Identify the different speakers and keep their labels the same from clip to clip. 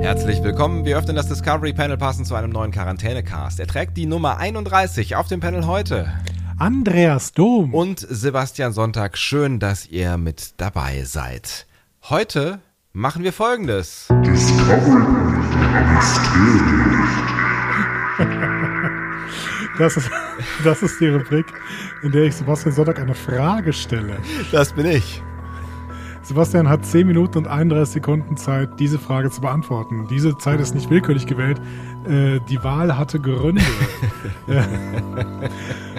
Speaker 1: Herzlich willkommen. Wir öffnen das Discovery Panel passend zu einem neuen Quarantänecast. Er trägt die Nummer 31 auf dem Panel heute.
Speaker 2: Andreas Dom.
Speaker 1: Und Sebastian Sonntag, schön, dass ihr mit dabei seid. Heute machen wir folgendes.
Speaker 2: Das ist, das ist die Rubrik, in der ich Sebastian Sonntag eine Frage stelle.
Speaker 1: Das bin ich.
Speaker 2: Sebastian hat 10 Minuten und 31 Sekunden Zeit, diese Frage zu beantworten. Diese Zeit ist nicht willkürlich gewählt. Äh, die Wahl hatte Gründe. Äh,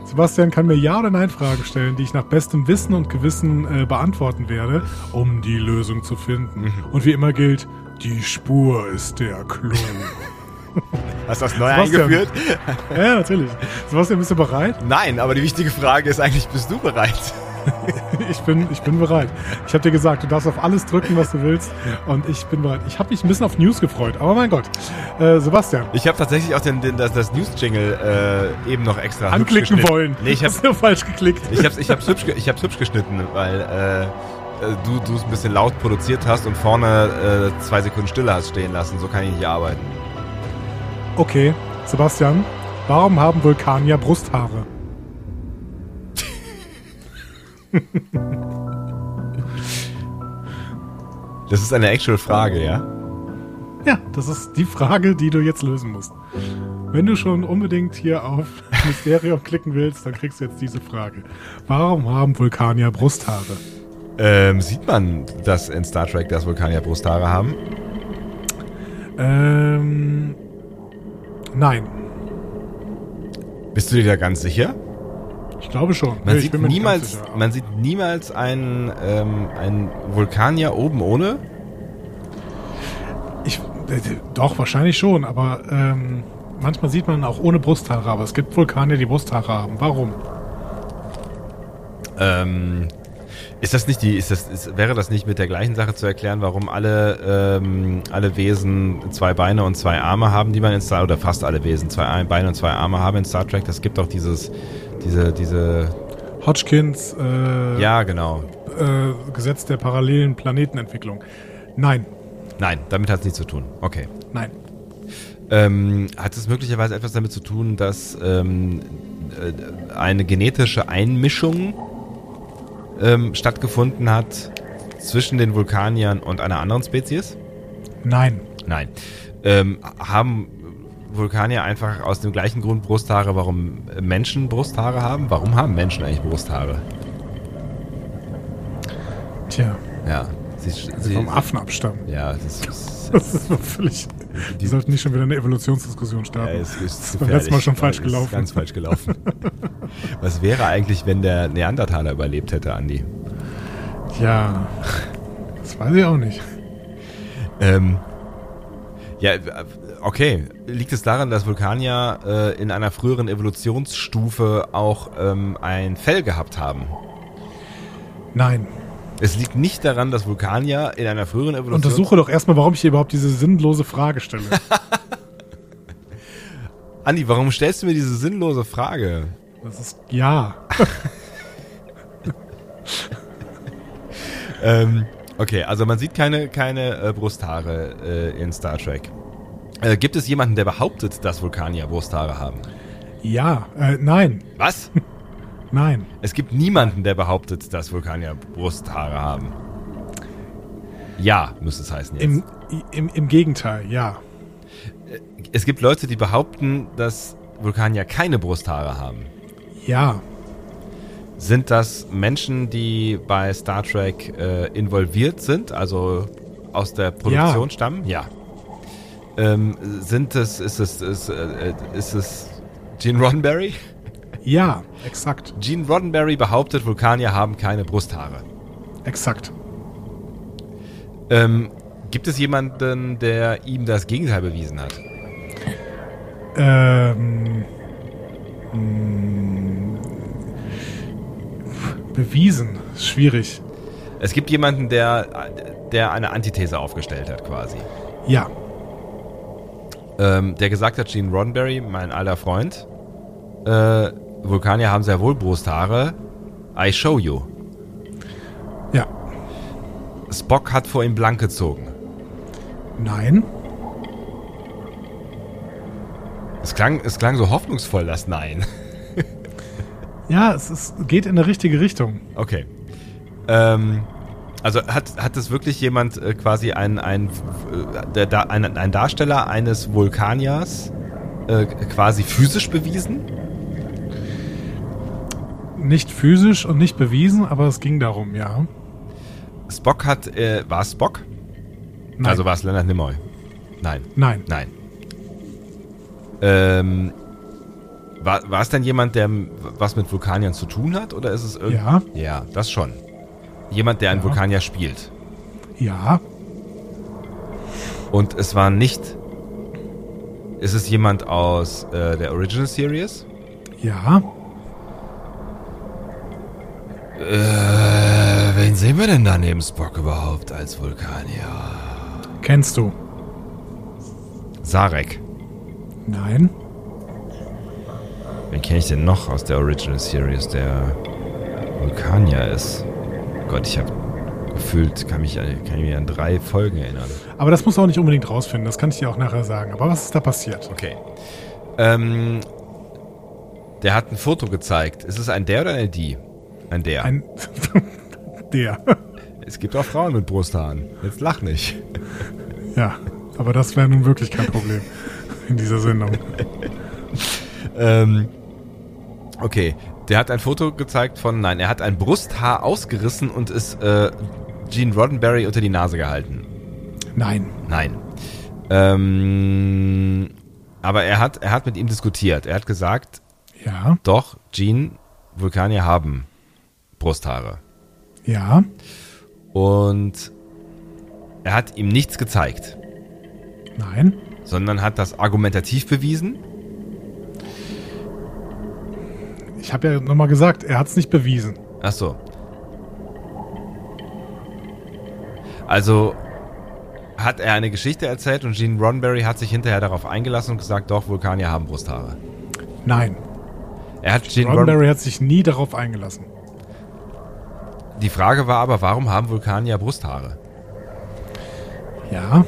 Speaker 2: Sebastian kann mir Ja oder Nein Fragen stellen, die ich nach bestem Wissen und Gewissen äh, beantworten werde, um die Lösung zu finden. Und wie immer gilt, die Spur ist der Clou.
Speaker 1: Hast du das neu
Speaker 2: Sebastian.
Speaker 1: eingeführt?
Speaker 2: ja, natürlich. Sebastian, bist du bereit?
Speaker 1: Nein, aber die wichtige Frage ist eigentlich, bist du bereit?
Speaker 2: Ich bin, ich bin bereit. Ich habe dir gesagt, du darfst auf alles drücken, was du willst. Und ich bin bereit. Ich habe mich ein bisschen auf News gefreut. Aber mein Gott, äh, Sebastian,
Speaker 1: Ich habe tatsächlich auch den, den, das, das News-Jingle äh, eben noch extra hübsch
Speaker 2: anklicken
Speaker 1: geschnitten.
Speaker 2: wollen.
Speaker 1: Nee, ich habe
Speaker 2: Hast du falsch geklickt.
Speaker 1: Ich hab's, ich hab's, hübsch, ge- ich hab's hübsch geschnitten, weil äh, äh, du du es ein bisschen laut produziert hast und vorne äh, zwei Sekunden Stille hast stehen lassen. So kann ich nicht arbeiten.
Speaker 2: Okay, Sebastian, warum haben Vulkanier Brusthaare?
Speaker 1: Das ist eine actual Frage, ja?
Speaker 2: Ja, das ist die Frage, die du jetzt lösen musst. Wenn du schon unbedingt hier auf Mysterium klicken willst, dann kriegst du jetzt diese Frage. Warum haben Vulkanier Brusthaare?
Speaker 1: Ähm, sieht man, dass in Star Trek das Vulkanier Brusthaare haben?
Speaker 2: Ähm, nein,
Speaker 1: Bist du dir da ganz sicher?
Speaker 2: ich glaube schon.
Speaker 1: Man
Speaker 2: Nee, ich
Speaker 1: sieht
Speaker 2: bin mir nicht ganz
Speaker 1: niemals,
Speaker 2: sicher.
Speaker 1: man sieht niemals einen, ähm, einen Vulkanier oben ohne.
Speaker 2: Ich, äh, doch, wahrscheinlich schon, aber ähm, manchmal sieht man auch ohne Brusthaare, aber es gibt Vulkane, die Brusthaare haben. Warum?
Speaker 1: Ähm, ist das nicht die, ist das, ist, wäre das nicht mit der gleichen Sache zu erklären, warum alle, ähm, alle Wesen zwei Beine und zwei Arme haben, die man in Star, oder fast alle Wesen zwei Ein- Beine und zwei Arme haben in Star Trek? Das gibt doch dieses, diese, diese,
Speaker 2: Hodgkins äh,
Speaker 1: ja, genau.
Speaker 2: äh, Gesetz der parallelen Planetenentwicklung. Nein,
Speaker 1: Nein, damit hat es nichts zu tun. Okay.
Speaker 2: nein.
Speaker 1: Ähm, hat es möglicherweise etwas damit zu tun, dass ähm, äh, eine genetische Einmischung ähm, stattgefunden hat zwischen den Vulkaniern und einer anderen Spezies?
Speaker 2: Nein.
Speaker 1: Nein. Ähm, haben Vulkanier einfach aus dem gleichen Grund Brusthaare, warum Menschen Brusthaare haben? Warum haben Menschen eigentlich Brusthaare?
Speaker 2: Tja,
Speaker 1: Ja. Sie, sie,
Speaker 2: vom Affen abstammen.
Speaker 1: ja, das ist,
Speaker 2: Das ist doch völlig. Wir sollten nicht schon wieder eine Evolutionsdiskussion
Speaker 1: ja,
Speaker 2: starten.
Speaker 1: es ist
Speaker 2: beim letzten Mal schon falsch
Speaker 1: Es Ist
Speaker 2: gelaufen.
Speaker 1: ganz falsch gelaufen. Was wäre eigentlich, wenn der Neandertaler überlebt hätte, Andi?
Speaker 2: Ja, das weiß ich auch nicht.
Speaker 1: Ähm, ja, okay. Liegt es daran, dass Vulkanier äh, in einer früheren Evolutionsstufe auch ähm, ein Fell gehabt haben?
Speaker 2: Nein.
Speaker 1: Es liegt nicht daran, dass Vulkanier in einer früheren Evolution.
Speaker 2: Untersuche doch erstmal, warum ich hier überhaupt diese sinnlose Frage stelle.
Speaker 1: Andi, warum stellst du mir diese sinnlose Frage?
Speaker 2: Das ist ja.
Speaker 1: Ähm, okay, also man sieht keine, keine äh, Brusthaare äh, in Star Trek. Äh, gibt es jemanden, der behauptet, dass Vulkanier Brusthaare haben?
Speaker 2: Ja. Äh, nein.
Speaker 1: Was?
Speaker 2: Nein.
Speaker 1: Es gibt niemanden, der behauptet, dass Vulkanier Brusthaare haben. Ja, müsste es heißen jetzt.
Speaker 2: Im, im, Im Gegenteil, ja.
Speaker 1: es gibt Leute, die behaupten, dass Vulkanier keine Brusthaare haben.
Speaker 2: Ja.
Speaker 1: Sind das Menschen, die bei Star Trek äh, involviert sind, also aus der Produktion
Speaker 2: Ja.
Speaker 1: stammen? Ja. Ähm, sind es, ist es, ist, äh, ist es Gene Roddenberry?
Speaker 2: Ja. Exakt.
Speaker 1: Gene Roddenberry behauptet, Vulkanier haben keine Brusthaare.
Speaker 2: Exakt.
Speaker 1: Ähm, Gibt es jemanden, der ihm das Gegenteil bewiesen hat?
Speaker 2: Ähm, mh, bewiesen. Schwierig.
Speaker 1: Es gibt jemanden, der, der eine Antithese aufgestellt hat, quasi.
Speaker 2: Ja.
Speaker 1: Ähm, der gesagt hat, Gene Roddenberry, mein alter Freund, äh, Vulkanier haben sehr wohl Brusthaare. I show you.
Speaker 2: Ja.
Speaker 1: Spock hat vor ihm blank gezogen.
Speaker 2: Nein.
Speaker 1: Es klang, es klang so hoffnungsvoll, das Nein.
Speaker 2: Ja, es ist, geht in eine richtige Richtung.
Speaker 1: Okay. Ähm, also hat, hat das wirklich jemand äh, quasi ein, ein, äh, der- ein, ein Darsteller eines Vulkaniers äh, quasi physisch bewiesen?
Speaker 2: Nicht physisch und nicht bewiesen, aber es ging darum, ja.
Speaker 1: Spock hat, äh, war es Spock?
Speaker 2: Nein.
Speaker 1: Also war es Leonard Nimoy? Nein.
Speaker 2: Nein.
Speaker 1: Nein. Ähm, war, war es denn jemand, der m- was mit Vulkaniern zu tun hat? Oder ist es irgendwie.
Speaker 2: Ja.
Speaker 1: ja, das schon. Jemand, der einen
Speaker 2: Ja.
Speaker 1: Vulkanier spielt.
Speaker 2: Ja.
Speaker 1: Und es war nicht. Ist es jemand aus äh, der Original Series?
Speaker 2: Ja.
Speaker 1: Äh, wen sehen wir denn da neben Spock überhaupt als Vulkanier?
Speaker 2: Kennst du?
Speaker 1: Sarek.
Speaker 2: Nein.
Speaker 1: Wen kenne ich denn noch aus der Original Series, der Vulkanier ist? Gott, ich habe gefühlt, kann mich, an- kann ich mich an drei Folgen erinnern.
Speaker 2: Aber das musst du auch nicht unbedingt rausfinden, das kann ich dir auch nachher sagen. Aber was ist da passiert?
Speaker 1: Okay. Ähm, der hat ein Foto gezeigt. Ist es ein der oder eine die? Ein der.
Speaker 2: Ein. der.
Speaker 1: es gibt auch Frauen mit Brusthaaren. Jetzt lach nicht.
Speaker 2: Ja. Aber das wäre nun wirklich kein Problem in dieser Sendung.
Speaker 1: Ähm, okay. Der hat ein Foto gezeigt von, nein, er hat ein Brusthaar ausgerissen und ist äh, Gene Roddenberry unter die Nase gehalten.
Speaker 2: Nein.
Speaker 1: Nein. Ähm, aber er hat, er hat mit ihm diskutiert. Er hat gesagt,
Speaker 2: Ja.
Speaker 1: doch, Gene, Vulkanier haben Brusthaare.
Speaker 2: Ja.
Speaker 1: Und er hat ihm nichts gezeigt,
Speaker 2: Nein.
Speaker 1: sondern hat das argumentativ bewiesen.
Speaker 2: Ich habe ja nochmal gesagt, er hat es nicht bewiesen.
Speaker 1: Ach so. Also hat er eine Geschichte erzählt und Gene Roddenberry hat sich hinterher darauf eingelassen und gesagt, doch, Vulkanier haben Brusthaare.
Speaker 2: Nein.
Speaker 1: Er hat Gene Roddenberry.
Speaker 2: Roddenberry hat sich nie darauf eingelassen.
Speaker 1: Die Frage war aber, warum haben Vulkanier Brusthaare?
Speaker 2: Ja.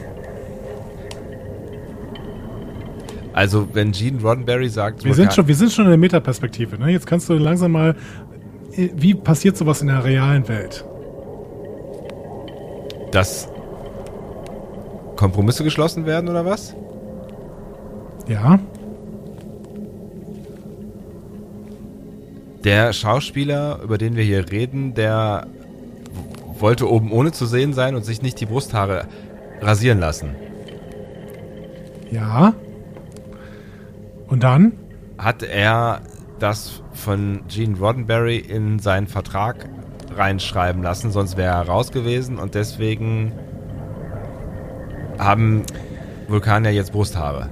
Speaker 1: Also, wenn Gene Roddenberry sagt,
Speaker 2: Wir
Speaker 1: Vulkan-
Speaker 2: sind, schon, wir sind schon in der Metaperspektive. Ne? Jetzt kannst du langsam mal. äh, Wie passiert sowas in der realen Welt?
Speaker 1: dass Kompromisse geschlossen werden oder was?
Speaker 2: Ja.
Speaker 1: Der Schauspieler, über den wir hier reden, der wollte oben ohne zu sehen sein und sich nicht die Brusthaare rasieren lassen.
Speaker 2: Ja. Und dann?
Speaker 1: Hat er das von Gene Roddenberry in seinen Vertrag reinschreiben lassen, sonst wäre er raus gewesen und deswegen haben Vulkanier jetzt Brusthaare.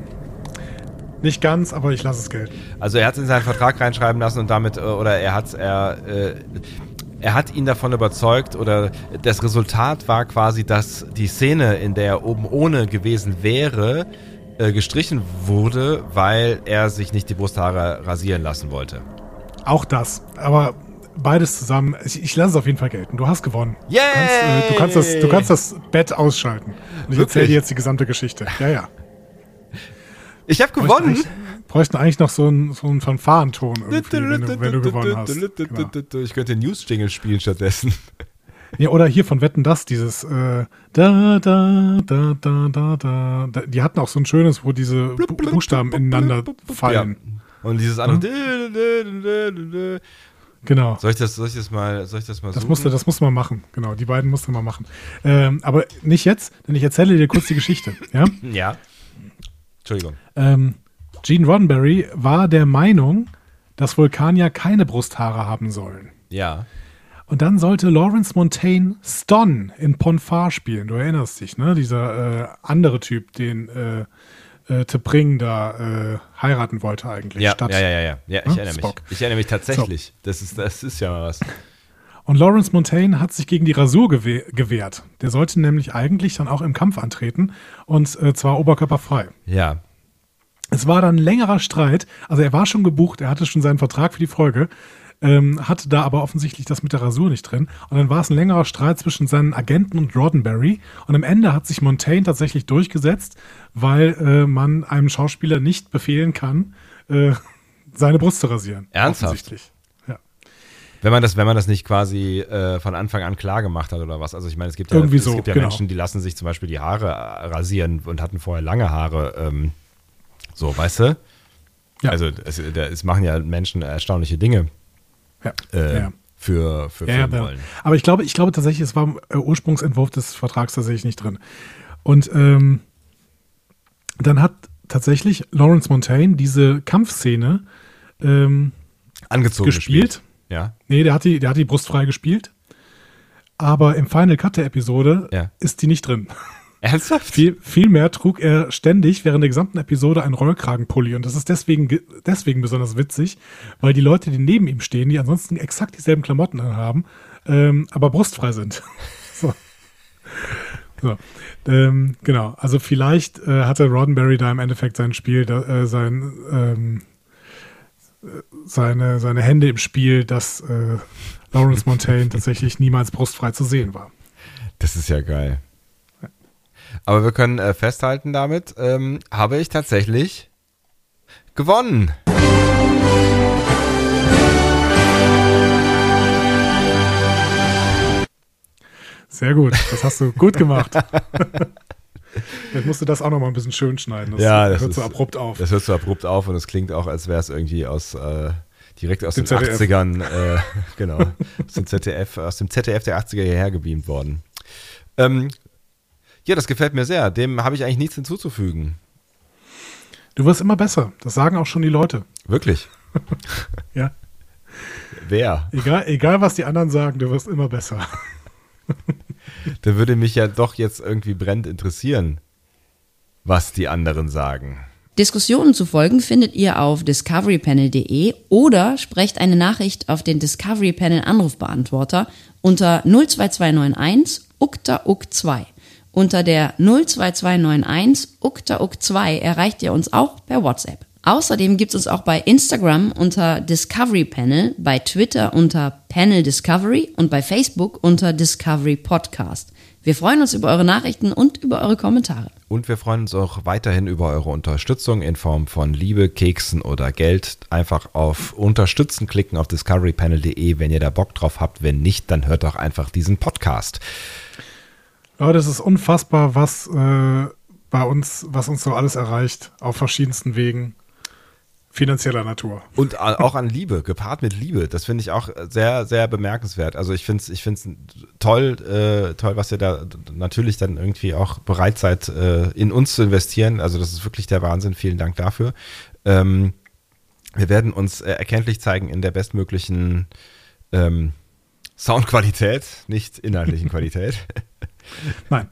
Speaker 2: Nicht ganz, aber ich lasse es gelten.
Speaker 1: Also er hat es in seinen Vertrag reinschreiben lassen und damit, äh, oder er hat er, äh, er hat ihn davon überzeugt oder das Resultat war quasi, dass die Szene, in der er oben ohne gewesen wäre, äh, gestrichen wurde, weil er sich nicht die Brusthaare rasieren lassen wollte.
Speaker 2: Auch das. Aber beides zusammen. Ich, ich lasse es auf jeden Fall gelten. Du hast gewonnen.
Speaker 1: Yay!
Speaker 2: Du kannst, äh, du, kannst das, du kannst das Bett ausschalten. Und ich erzähle dir jetzt die gesamte Geschichte. Ja, ja.
Speaker 1: Ich habe
Speaker 2: Bräuchten
Speaker 1: gewonnen!
Speaker 2: eigentlich- Bräuchten eigentlich noch so einen, so einen Fanfarenton, irgendwie, wenn, du, wenn du gewonnen hast. Genau.
Speaker 1: Ich könnte den News-Jingle spielen stattdessen.
Speaker 2: Ja, oder hier von Wetten das, dieses äh, da, da, da, da, da, da. Da- Die hatten auch so ein schönes, wo diese Bu Buchstaben ineinander fallen. Mhm.
Speaker 1: Ja. Und dieses andere.
Speaker 2: Genau.
Speaker 1: Soll ich das, soll ich das mal, soll ich das mal
Speaker 2: Das
Speaker 1: suchen?
Speaker 2: musste, das musste man machen. Genau, die beiden musste man machen. Ähm, aber nicht jetzt, denn ich erzähle dir kurz die Geschichte. Ja?
Speaker 1: Ja. Entschuldigung.
Speaker 2: Ähm, Gene Roddenberry war der Meinung, dass Vulkanier keine Brusthaare haben sollen.
Speaker 1: Ja.
Speaker 2: Und dann sollte Lawrence Montaigne Ston in Ponfar spielen. Du erinnerst dich, ne? Dieser äh, andere Typ, den äh, äh, T'Pring da äh, heiraten wollte eigentlich.
Speaker 1: Ja,
Speaker 2: statt-
Speaker 1: ja, ja, ja, ja. ja ich
Speaker 2: Ne?
Speaker 1: erinnere mich.
Speaker 2: Spock.
Speaker 1: Ich erinnere mich tatsächlich. Das, ist, das ist ja mal was.
Speaker 2: Und Lawrence Montaigne hat sich gegen die Rasur gewe gewehrt. Der sollte nämlich eigentlich dann auch im Kampf antreten und äh, zwar oberkörperfrei.
Speaker 1: Ja.
Speaker 2: Es war dann ein längerer Streit. Also er war schon gebucht, er hatte schon seinen Vertrag für die Folge, ähm, hatte da aber offensichtlich das mit der Rasur nicht drin. Und dann war es ein längerer Streit zwischen seinen Agenten und Roddenberry. Und am Ende hat sich Montaigne tatsächlich durchgesetzt, weil äh, man einem Schauspieler nicht befehlen kann, äh, seine Brust zu rasieren.
Speaker 1: Ernsthaft?
Speaker 2: Offensichtlich. Ja.
Speaker 1: Wenn man das, wenn man das nicht quasi äh, von Anfang an klar gemacht hat oder was. Also ich meine, es gibt ja,
Speaker 2: Irgendwie
Speaker 1: es
Speaker 2: so,
Speaker 1: gibt ja
Speaker 2: genau.
Speaker 1: Menschen, die lassen sich zum Beispiel die Haare äh, rasieren und hatten vorher lange Haare. Ähm, so, weißt du?
Speaker 2: Ja.
Speaker 1: Also es, da- es machen ja Menschen erstaunliche Dinge
Speaker 2: Ja.
Speaker 1: äh,
Speaker 2: ja.
Speaker 1: für, für
Speaker 2: Ja, ja,
Speaker 1: Filmrollen.
Speaker 2: aber ich glaube, ich glaube tatsächlich, es war im äh, Ursprungsentwurf des Vertrags tatsächlich nicht drin. Und ähm, dann hat tatsächlich Lawrence Montaigne diese Kampfszene ähm,
Speaker 1: Angezogen
Speaker 2: gespielt.
Speaker 1: Ja.
Speaker 2: Nee, der hat, die, der hat die Brust frei gespielt. Aber im Final Cut der Episode
Speaker 1: Ja.
Speaker 2: ist die nicht drin.
Speaker 1: Ernsthaft?
Speaker 2: Viel, vielmehr trug er ständig während der gesamten Episode einen Rollkragenpulli. Und das ist deswegen, ge- deswegen besonders witzig, weil die Leute, die neben ihm stehen, die ansonsten exakt dieselben Klamotten anhaben, ähm, aber brustfrei sind. so. So. Ähm, genau. Also vielleicht äh, hatte Roddenberry da im Endeffekt sein Spiel, da, äh, sein, ähm, äh, seine, seine Hände im Spiel, dass äh, Lawrence Montaigne tatsächlich niemals brustfrei zu sehen war.
Speaker 1: Das ist ja geil. Aber wir können äh, festhalten damit, ähm, habe ich tatsächlich gewonnen.
Speaker 2: Sehr gut, das hast du gut gemacht. Jetzt musst du das auch noch mal ein bisschen schön schneiden. Das, hört so abrupt auf.
Speaker 1: Das hört so abrupt auf und es klingt auch, als wäre es irgendwie aus äh, direkt aus
Speaker 2: Dem
Speaker 1: den
Speaker 2: ZDF.
Speaker 1: 80ern, äh, genau, aus dem ZDF, aus dem ZDF der 80er hierher gebeamt worden. Ähm, ja, das gefällt mir sehr. Dem habe ich eigentlich nichts hinzuzufügen.
Speaker 2: Du wirst immer besser. Das sagen auch schon die Leute.
Speaker 1: Wirklich.
Speaker 2: Ja.
Speaker 1: Wer?
Speaker 2: Egal, egal was die anderen sagen, du wirst immer besser.
Speaker 1: Da würde mich ja doch jetzt irgendwie brennend interessieren, was die anderen sagen.
Speaker 3: Diskussionen zu folgen findet ihr auf discoverypanel.de oder sprecht eine Nachricht auf den Discovery Panel Anrufbeantworter unter 02291 ukta ukt 2. Unter der 02291 ukta ukt 2 erreicht ihr uns auch per WhatsApp. Außerdem gibt es uns auch bei Instagram unter Discovery Panel, bei Twitter unter Panel Discovery und bei Facebook unter Discovery Podcast. Wir freuen uns über eure Nachrichten und über eure Kommentare.
Speaker 1: Und wir freuen uns auch weiterhin über eure Unterstützung in Form von Liebe, Keksen oder Geld. Einfach auf Unterstützen klicken auf discoverypanel.de, wenn ihr da Bock drauf habt. Wenn nicht, dann hört doch einfach diesen Podcast.
Speaker 2: Leute, es ist unfassbar, was äh, bei uns, was uns so alles erreicht, auf verschiedensten Wegen finanzieller Natur.
Speaker 1: Und a- auch an Liebe, gepaart mit Liebe. Das finde ich auch sehr, sehr bemerkenswert. Also ich finde es ich find's toll, äh, toll, was ihr da d- natürlich dann irgendwie auch bereit seid, äh, in uns zu investieren. Also das ist wirklich der Wahnsinn. Vielen Dank dafür. Ähm, wir werden uns äh, erkenntlich zeigen in der bestmöglichen ähm, Soundqualität, nicht inhaltlichen Qualität.
Speaker 2: Nein,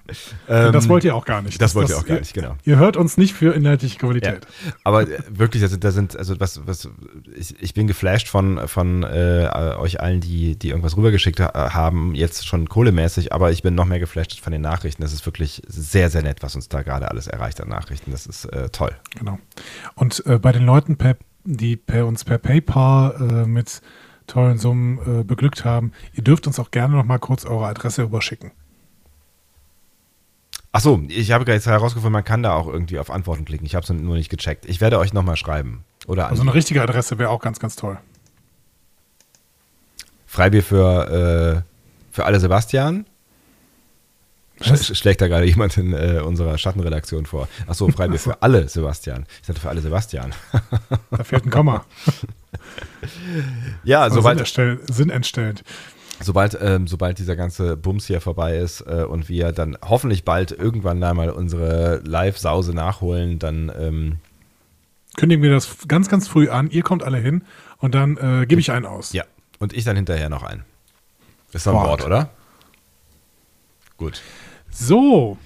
Speaker 1: Ähm,
Speaker 2: das wollt ihr auch gar nicht.
Speaker 1: das wollt ihr auch gar nicht, genau.
Speaker 2: Ihr hört uns nicht für inhaltliche Qualität.
Speaker 1: Ja. Aber äh, wirklich, also, da sind, also was, was, ich, ich bin geflasht von, von äh, äh, euch allen, die, die irgendwas rübergeschickt ha haben, jetzt schon kohlemäßig, aber ich bin noch mehr geflasht von den Nachrichten. Das ist wirklich sehr, sehr nett, was uns da gerade alles erreicht an Nachrichten. Das ist äh, toll.
Speaker 2: Genau. Und äh, bei den Leuten, per, die per uns per PayPal äh, mit tollen Summen äh, beglückt haben, ihr dürft uns auch gerne noch mal kurz eure Adresse überschicken.
Speaker 1: Ach so, ich habe gerade jetzt herausgefunden, man kann da auch irgendwie auf Antworten klicken. Ich habe es nur nicht gecheckt. Ich werde euch nochmal schreiben. Oder an
Speaker 2: Also eine richtige Adresse wäre auch ganz, ganz toll.
Speaker 1: Freibier für, äh, für alle Sebastian. Sch- Schlägt da gerade jemand in äh, unserer Schattenredaktion vor. Ach so, Freibier für alle Sebastian. Ich dachte für alle Sebastian.
Speaker 2: Da fehlt ein Komma.
Speaker 1: Ja,
Speaker 2: Also
Speaker 1: sobald,
Speaker 2: sinnentstellend. sinnentstellend.
Speaker 1: sobald, ähm, sobald dieser ganze Bums hier vorbei ist äh, und wir dann hoffentlich bald irgendwann da mal unsere Live-Sause nachholen, dann ähm,
Speaker 2: Kündigen wir das ganz, ganz früh an. Ihr kommt alle hin und dann äh, gebe ich einen aus.
Speaker 1: ja. Und ich dann hinterher noch ein. Ist doch ein Wort, oder? Gut.
Speaker 2: So,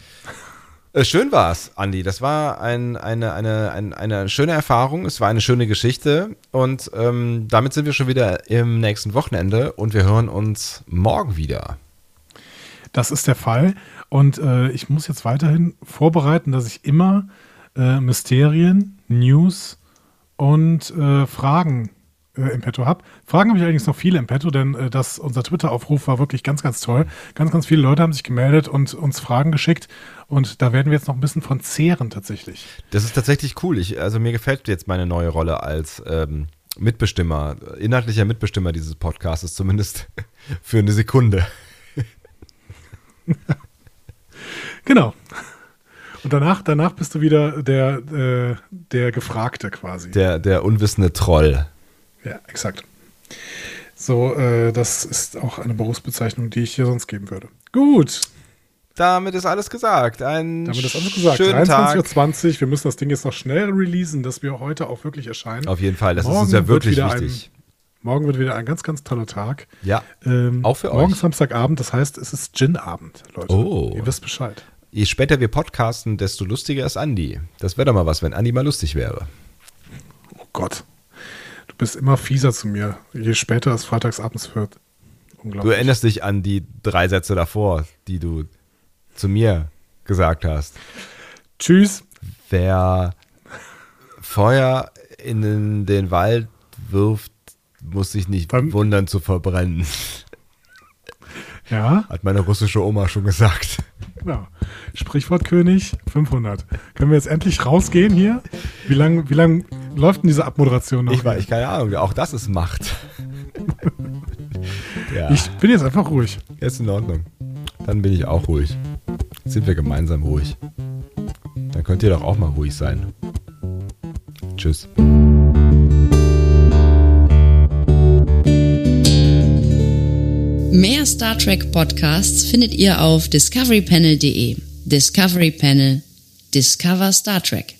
Speaker 1: Äh, Schön war's, Andi. Das war ein, eine, eine, ein, eine schöne Erfahrung. Es war eine schöne Geschichte. Und ähm, damit sind wir schon wieder im nächsten Wochenende und wir hören uns morgen wieder.
Speaker 2: das ist der Fall. Und äh, ich muss jetzt weiterhin vorbereiten, dass ich immer äh, Mysterien, News und äh, Fragen äh, im Petto habe. Fragen habe ich allerdings noch viele im Petto, denn äh, das, unser Twitter-Aufruf war wirklich ganz, ganz toll. Ganz, ganz viele Leute haben sich gemeldet und uns Fragen geschickt. Und da werden wir jetzt noch ein bisschen von zehren tatsächlich.
Speaker 1: Das ist tatsächlich cool. Ich, also mir gefällt jetzt meine neue Rolle als ähm, Mitbestimmer, inhaltlicher Mitbestimmer dieses Podcasts, zumindest für eine Sekunde.
Speaker 2: Genau. Und danach, danach bist du wieder der, äh, der Gefragte quasi.
Speaker 1: Der, der unwissende Troll.
Speaker 2: Ja, exakt. So, äh, das ist auch eine Berufsbezeichnung, die ich hier sonst geben würde. Gut,
Speaker 1: Damit ist alles gesagt. Ein
Speaker 2: damit ist alles gesagt.
Speaker 1: schönen Tag.
Speaker 2: 23.20 Uhr, wir müssen das Ding jetzt noch schnell releasen, dass wir heute auch wirklich erscheinen.
Speaker 1: Auf jeden Fall, das ist
Speaker 2: Morgen
Speaker 1: uns ja
Speaker 2: wird
Speaker 1: wirklich
Speaker 2: wieder
Speaker 1: wichtig.
Speaker 2: Ein, morgen wird wieder ein ganz, ganz toller Tag.
Speaker 1: Ja,
Speaker 2: Ähm,
Speaker 1: auch für
Speaker 2: Morgen
Speaker 1: euch.
Speaker 2: Samstagabend, das heißt, es ist Gin-Abend, Leute.
Speaker 1: Oh.
Speaker 2: Ihr wisst Bescheid.
Speaker 1: Je später wir podcasten, desto lustiger ist Andi. Das wäre doch mal was, wenn Andi mal lustig wäre.
Speaker 2: Oh Gott, du bist immer fieser zu mir, je später es freitagsabends wird.
Speaker 1: Du
Speaker 2: Unglaublich.
Speaker 1: erinnerst dich an die drei Sätze davor, die du zu mir gesagt hast.
Speaker 2: Tschüss.
Speaker 1: Wer Feuer in den- den Wald wirft, muss sich nicht
Speaker 2: Beim-
Speaker 1: wundern zu verbrennen,
Speaker 2: Ja.
Speaker 1: hat meine russische Oma schon gesagt.
Speaker 2: Genau. Sprichwortkönig 500. Können wir jetzt endlich rausgehen hier? Wie lang, wie lang läuft denn diese Abmoderation noch?
Speaker 1: Ich weiß, ich keine Ahnung, auch das ist Macht. ja,
Speaker 2: Ich bin jetzt einfach ruhig.
Speaker 1: ist in Ordnung. Dann bin ich auch ruhig. Sind wir gemeinsam ruhig. Dann könnt ihr doch auch mal ruhig sein. Tschüss.
Speaker 3: Mehr Star Trek Podcasts findet ihr auf discoverypanel.de. Discovery Panel. Discover Star Trek.